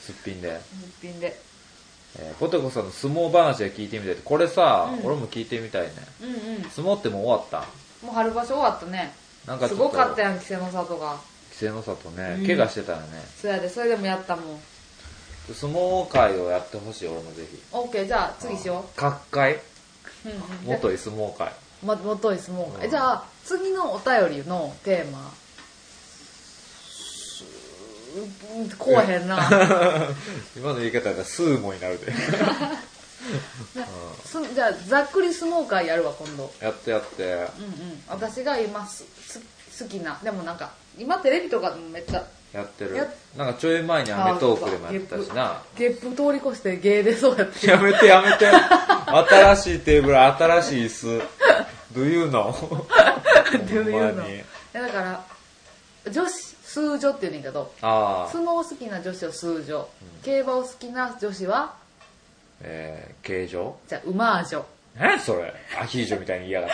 すっぴんで。
一品で
えーポテコさんの相撲話で聞いてみたいって。これさ、
うん
俺も聞いてみたいね。
うんうん
相撲ってもう終わった
もう春場所終わったね
なんかち
す
ょっと
ごかったやん稀勢の里が
稀勢の里ね、
うん
怪我してたらね
そやでそれでもやったもん
相撲界をやってほしい俺もぜひ
OK じゃあ次しよ
各界
ううんうんじゃ
元い相撲界
あま元い相撲
う
会
ん
じゃあ次のお便りのテーマうーんこうへんな
今の言い方がスーモになるで
すじゃあざっくり相撲会やるわ今度
やってやって
うんうん、私が今すす好きなでもなんか今テレビとかでもめっちゃ
やってる
やっ
なんかちょい前に『アメトーク』でもやってたしな
ゲップ通り越して芸でそうやって
やめてやめて新しいテーブル新しい椅子 Do you know?
っていう
ほん
の
まに
いやだから女子数女って言うねんけど
ああ
相撲を好きな女子を数女、競馬を好きな女子は
えー、形状
じゃあ馬ージョ
何やそれアヒージョみたいに言いやがっ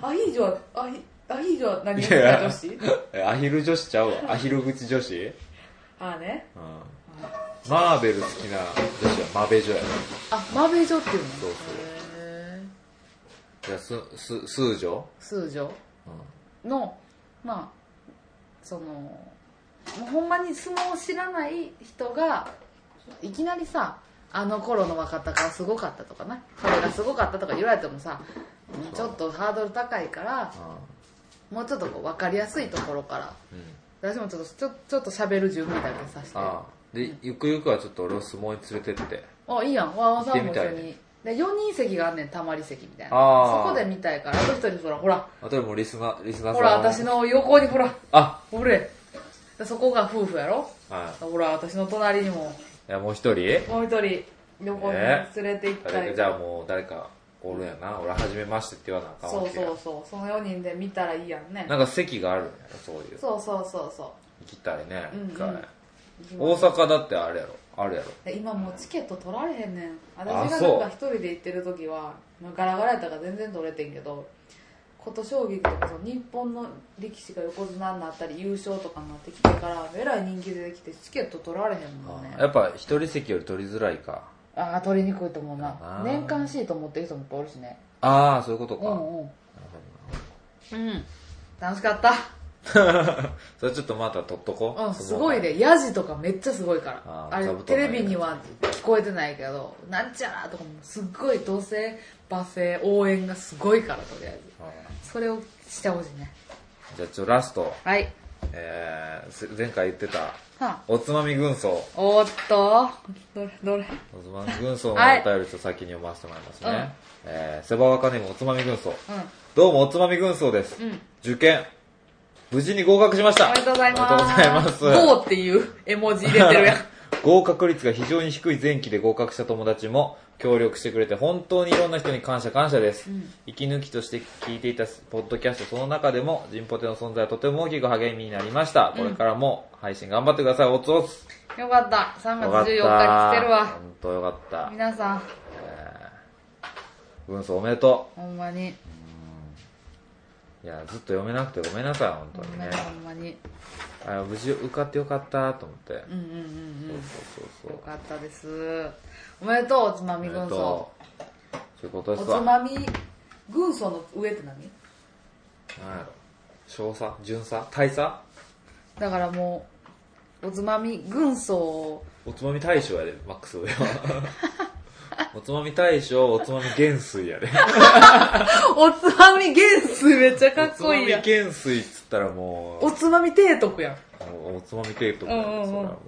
アヒージョはアヒ アヒージョは何
て
を
い
好きな
や
女子
アヒル女子ちゃうわアヒル口女子
ああね
うんマーベル好きな女子はマベジョやね
あマーベージョっていうの
そうそう
へー
いやすす数女
数女
う
のまあそのもうほんまに相撲を知らない人がいきなりさあの頃の若隆はすごかったとかねそれがすごかったとか言われてもさうんちょっとハードル高いから
ん
もうちょっとこう分かりやすいところから
うん
私もちょっとちょちょっと喋る準備だけさせて
ああでゆくゆくはちょっと俺を相撲に連れてって
あいいやんわわさんも一
行
緒
ってみたい
にで4人席があんねんたまり席みたいな
あー
そこで見たいからあと一人ほらほら
あとでもリスナーリスナーさん
ほら私の横にほら
あ
ほれでそこが夫婦やろ
は
ほら、私の隣にも、
いいやもう一人
もう一人、旅行に連れて行った
誰
り、
かじゃあもう誰かおるんやな俺初めましてって言わなあかんわ
そう
けや
そうそう、その4人で見たらいいやんね。
なんか席があるんやろそういう
そうそうそうそ
行きたいね
うんうん
一回
う。
大阪だってあれやろあるやろ
で今もうチケット取られへんねん。
あ
私が
そう
なんか一人で行ってる時は、ガラガラやったから全然取れてんけど、琴将棋とかその日本の力士が横綱になったり優勝とかになってきてから、えらい人気出てきてチケット取られへんもんね。
やっぱ一人席より取りづらいか
ああ、取りにくいと思う
あ
な
ー。
年間シート持ってる人もいっぱいおるしね。
ああそういうこと
う
か、
んうん。うん。楽しかった。
それちょっとまた取っとこ
うん、すごいね。ヤジとかめっちゃすごいから。
あ
あ
ー
れ
座布、団
テレビには聞こえてないけど、なんちゃらとかもすっごい同性、罵声、応援がすごいから、とりあえ
あ
ず。それをしてほしいね。
じゃあちょラスト、
はい。
えー、せ前回言ってた
はあ、
おつまみ軍曹
おーっと、どれ、どれ。
おつまみ軍曹の
はい
お便りと先に読ませてもらいますね、
うん
えー、セバワカネームおつまみ軍曹
う
どうもおつまみ軍曹です、
ん、うん。
受験無事に合格しました
おめでとうございます。
おめでとうございます
ゴーっていう絵文字入れてるやん。
合格率が非常に低い前期で合格した友達も協力してくれて本当にいろんな人に感謝感謝です、息抜きとして聞いていたポッドキャストその中でもジンポテの存在はとても大きく励みになりました、これからも配信頑張ってくださいおつおつ
よかった。3
よかった
月14日に来てるわ。
本当よかった
皆さん、
軍曹おめでと
ほんまに。
ういや、ずっと読めなくてごめんなさい、本当
ご
にね
めん。ほんまに
あ無事受かってよかったと思って。
うんうんうんうん
そうそうそうそう。
よかったですおめでとうおつまみ
え
軍
っ
曹
と、そういうこと
お
です
つ
わ。
まみ軍曹の上って何
なんやろ少佐巡査大佐
だからもうおつまみ軍曹
おつまみ大賞やで、マックス上 は。おつまみ大賞、おつまみ元帥やで。
おつまみ元帥めっちゃか
お
っ
つ
こ
ま
い
み
いやん
元帥っつったらもう
お、つまみ提督やん
おおつまみテープとかやで
うんうんうん
それはも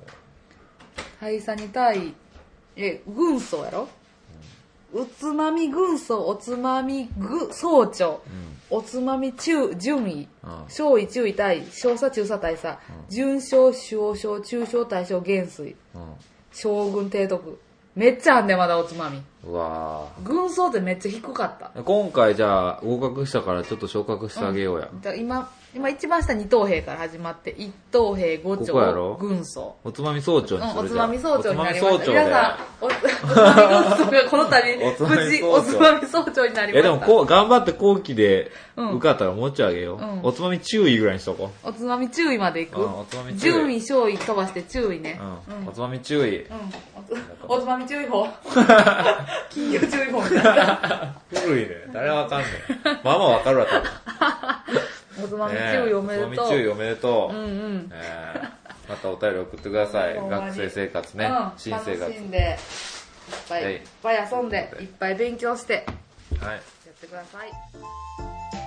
大佐に対え軍曹やろ、うつまみ軍曹おつまみぐ総長、おつまみ中順位
うん
少尉中尉対少佐中佐大佐、準将主王将中将大将元帥
う。
将軍提督めっちゃあんねまだおつまみ
うん。うわ
軍曹ってめっちゃ低かった
ぁ。今回じゃあ、合格したからちょっと昇格してあげようや。
だから今今一番下二等兵から始まって一等兵五
ここや
長
ろ
軍曹
おつまみ総長
う
に
ん、
す
お
る
つ
じゃ
ま
ん。
み総長になりま
お
し
つまみ総
た。
長
皆
で。
さん、おおつ まみ総長がこの度、
おつまみ
無事、
総長
おつまみ総長になり
い
ま
やで
し
も
た。
こう、頑張って後期で
うん
受かったらもうちょいあげよう。
うん
おつまみ注意ぐらいにしとこ
おつまみ注意までいく、
うんおつまみ注意
順位、勝位飛ばして注意ね
う。。う。
うんん
おつまみ注意。
うんおつおつま み注意 報金融注意報みたいな。
古いね。誰がわかんねえ。 まあまあわかるわ、多分。
おつまみ
ね
注意おめで
おつ
と
ま
う。
み注意おめでとう。
うんうん。
ねえまたお便り送ってください。
ほんまに
学生生活ね。
うん
新生活。は
楽
い
しんで、いっぱい、
はい
いっぱい遊んで、いっぱい勉強して、やってください。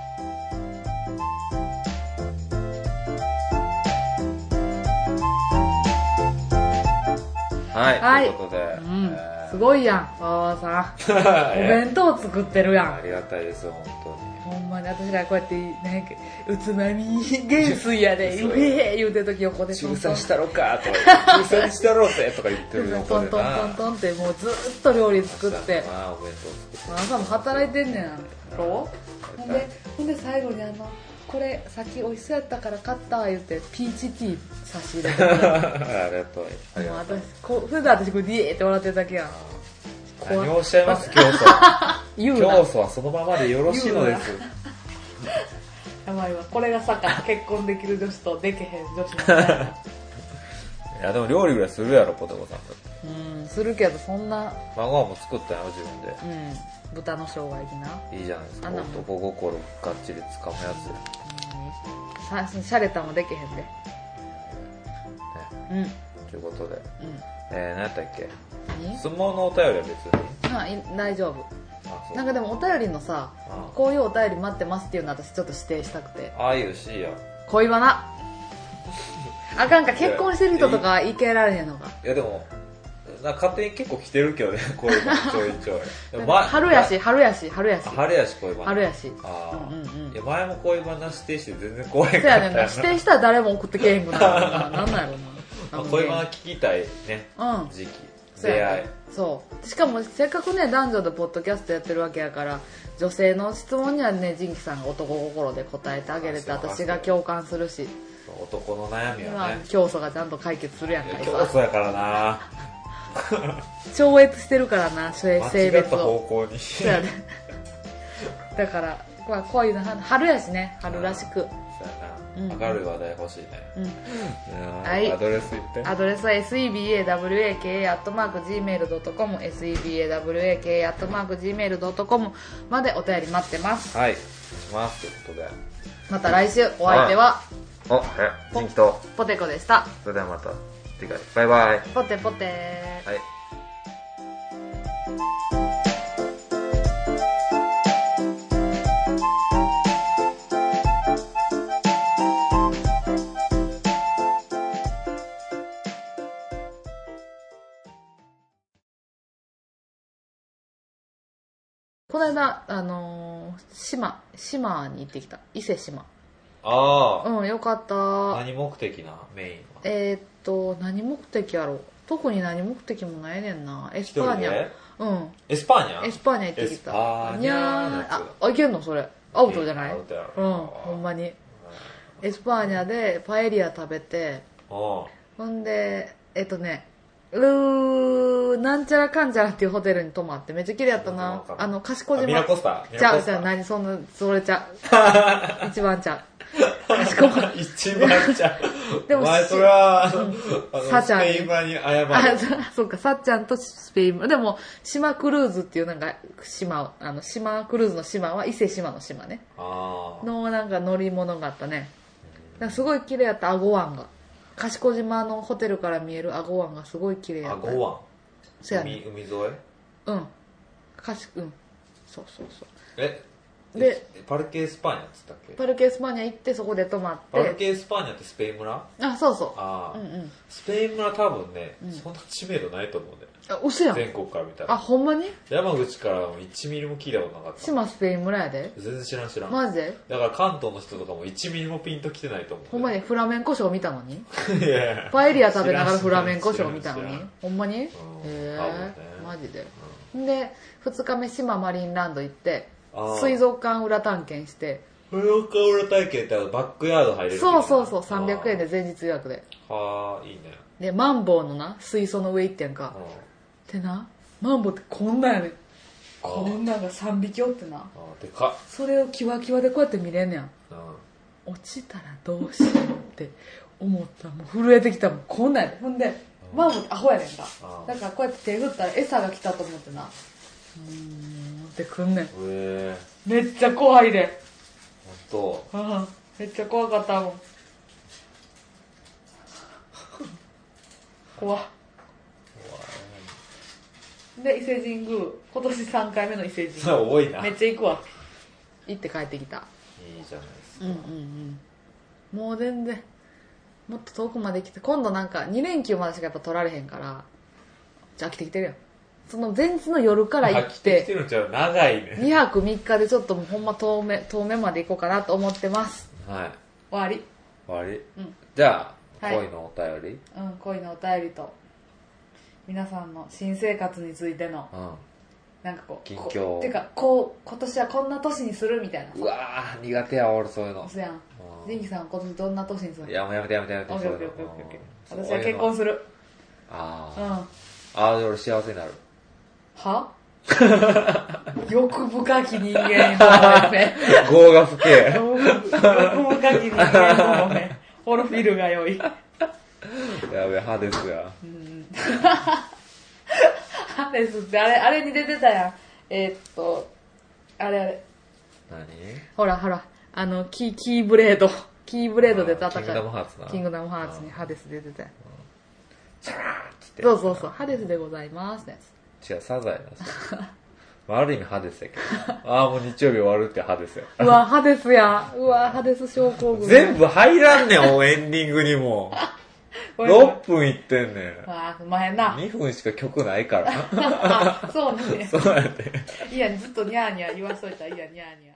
はい。
はい
ということで。
うん
え。ー
すごいやん、わわさん。お
え
弁当作ってるやん
ーあ。りがたいですよ、本
ほんまに私らこうやってなんかうつまみ元帥やで
そう
うえー言うてる時横
当
で
に。
ト
中
ントン
3したろかとか、中3したろぜとか言ってる
トン
横
ト
で
ントントン
な。
トンってもうずーっと料理作って
まあ、お弁当 作って。
朝も働いてんねんろ
う
ほ
ん
んでほんで最後にあのこれ先美味しそうやったから買った言うてピーチティー差し入れて
ありがとう。あり
もう
がとう
私こう普段私こうディエって笑ってるだけやん
何をおっしゃい ます、教祖。
言うな
教祖はそのままでよろしいのです。
やばいわこれがさ か結婚できる女子とでけへん女子みたいない
や、でも料理ぐらいするやろ、ポテコさんだって。
うんするけどそんな
孫はもう作ったよ、自分で。
うん豚の生姜焼きない
いじゃないですか
あんなもん
男心がっちり掴むや
さシャレたもできへんでうんうん
つということでえー、何やったっけ
何
相撲のお便りは別に
あい大丈夫
あそう
なんかでもお便りのさ
あ
こういうお便り待ってますっていうの私ちょっと指定したくて
ああいうしや
恋 バナあかんか結婚してる人とかいけられへんのか
いやでもなんか勝手に結構来てるけどねこういうのちょいちょいでも前
春やし春やし春やし
あ春やし恋バナ
春やし
ああ、
うんうんうん
いや前も恋バナ指定して全然怖いか
そ
っ
う
た
や
よ
ねんな指
な
定したら誰も送ってけへん くなるからななんなんやろ
まあ
な
恋バナ聞きたいね
うん
時期
そう
出
や
会い
ねそうしかもせっかくね男女でポッドキャストやってるわけやから女性の質問にはね仁キさんが男心で答えてあげれて
あそう
私が共感するし
そう男の悩みは
今
ね
教祖がちゃんと解決するやんか
いや競
今
争やからな
超越してるからな性
間違
性
った
別
方
を
向に
そうやね だから、まあ、こういうのは春やしね春らしく
そう
う
や
ん
な明るい話題欲しいね、
うん
うん
はい
アドレス言って
アドレスは sebawaka.gmail.com sebawaka.gmail.com までお便り待ってます
はいしますということで
また来週お相手は
おっ人気と
ポテコでした
それではまた次回バイバイ
ポテポテ
はい
この間あのー、島島に行ってきた伊勢島
ああ、
うんよかった
何目的なメインは
えー、っと何目的やろう特に何目的もないねんなエス
一
パ
人
ーニャ
で
うん
エスパーニャ
エスパーニャ行ってきた
エスパーニャのやつ
ああいけんのそれアウトじゃない
アウトや
う
ろ
んほんまにエスパーニャでパエリア食べて
おう
ほんでえっとねうーなんちゃらかんちゃらっていうホテルに泊まってめっちゃ綺麗やったな
わかる
あの賢
あ
島
ミラコスタ
ちゃう
ミラコスタ
ちゃう何そんなそれちゃ う一番ちゃう賢島
一番ちゃう。
でも
お前それは、あの、
サチ
ス
ャン
ペイン版に謝
あ
る。
そうかさっちゃんとスペインでも島クルーズっていうなんか島あの島クルーズの島は伊勢島の島ね
あー
のなんか乗り物があったねなんかすごい綺麗やったアゴ湾が賢島のホテルから見えるアゴ湾がすごい綺麗や
あ、
った
ごわ
そうやね
海、海沿い
うんかしうんそうそうそう
え
で、
えパルケ・エスパーニャっつったっけ
パルケ・エスパニア行ってそこで泊ま
パル
って
ケ・エスパーニャってスペイン村あ
あそうそう
あー、
うんうん
スペイン村多分ね、そんな知名度ないと思うね。
あ嘘やん
全国から見た
あ
ら。
ほんまに
山口からも1ミリも聞いたことなかった。
島スペイン村やで
全然知らん知らん。
マジで
だから関東の人とかも1ミリもピンときてないと思う。
ほんまにフラメンコショー見たのに
いやいや
パエリア食べながらフラメンコショー見たの
知らん
に
知らん
ほんまにへ
多分ね
えマジでで2日目島マリンランド行って
あー
水族館裏探検して
フローカオラ体験ってあのバックヤード入れるみたい
そ
な
うそうそう300円で前日予約で
あーはあいいね
でマンボウのな水槽の上行ってんか
うん
ってなマンボウってこんなんやねん
あー
こんなんが3匹おってな
あーでかっ
それをキワキワでこうやって見れんねやん
う
落ちたらどうしようって思ったもう震えてきたもんこんなんやでほんでマンボウってアホやねんか
あー
だからこうやって手振ったら餌が来たと思ってなうーんってくんね
ん
ん
へえ
めっちゃ怖いで
ほんと
うんめっちゃ怖かったもん怖っで伊勢神宮今年3回目の伊勢
それ
神
多いな
宮
い
め
い
っちゃ行くわ行って帰ってきた
じゃないです
うんうんうんもう全然もっと遠くまで来て今度なんか2連休までしかやっぱ取られへんからじゃあ飽きてきてるやんその前日の夜
か
か
ら
行っ
来てきて
て
るんちゃう長いね
2泊3日でちょっともうほんま遠目遠目まで行こうかなと思ってます
はい
終わり
終わり
うん
じゃあ
はい
恋のお便り
うん、恋のお便りと皆さんの新生活についての
うん
なんかこう
近
こ
況
てかこう今年はこんな年にするみたいな
うわー苦手や俺そういうの
そうやん
うん
仁義さんは今年どんな年にする
いやもうやめてやめてやめて
オッ
そ
ケ
う
ーオッ
い
ケー
うのう
オッケーオッケー
ん
私は結婚する
あ
うん
ー あーで俺幸せになる
は欲深き人間のめ
業が深え
欲深き人間のめホロフィルが良い
やべえ歯ですが
ハレスってあれあれに出てたやんえーっとあれあれ
何
ほらほら、あの、キー、キーブレード。 キーブレードで戦う。
キングダムハーツな
キングダムハーツにハデス出てたよ。
チャラーっつって
そうそうそう、ハデスでございますのやつ。
違う、サザエな。それまあ、ある意味、歯ですやけど。ああ、もう日曜日終わるって歯ですよ。
うわ、ハデスや。うわ、ハデス症候群。
全部入らんねん、もうエンディングにも。
これ
6分いってんねん。
あー、うまいな。
2分しか曲ないから。
あそうね。
そうやって。
いや、ずっとニャーニャー言わしといたらいいや、ニャーニャー。